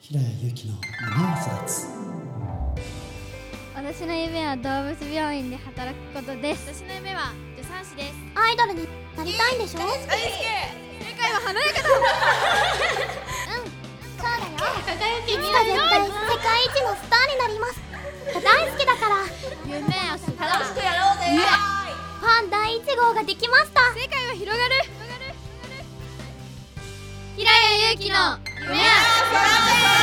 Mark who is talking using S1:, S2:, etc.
S1: 平谷由紀の胸は育つ
S2: 私の夢は動物病院で働くことです
S3: 私の夢は助産師です
S4: アイドルになりたいんでしょうん、そう
S3: 大好き正解は華やかだ
S4: だよ
S3: 輝き
S4: いつか絶対世界一のスターになります大好きだから
S3: 夢をすた楽しくやろうぜ
S4: ファン第1号ができました
S3: 世界は広がる広がる広がる平谷祐希の夢は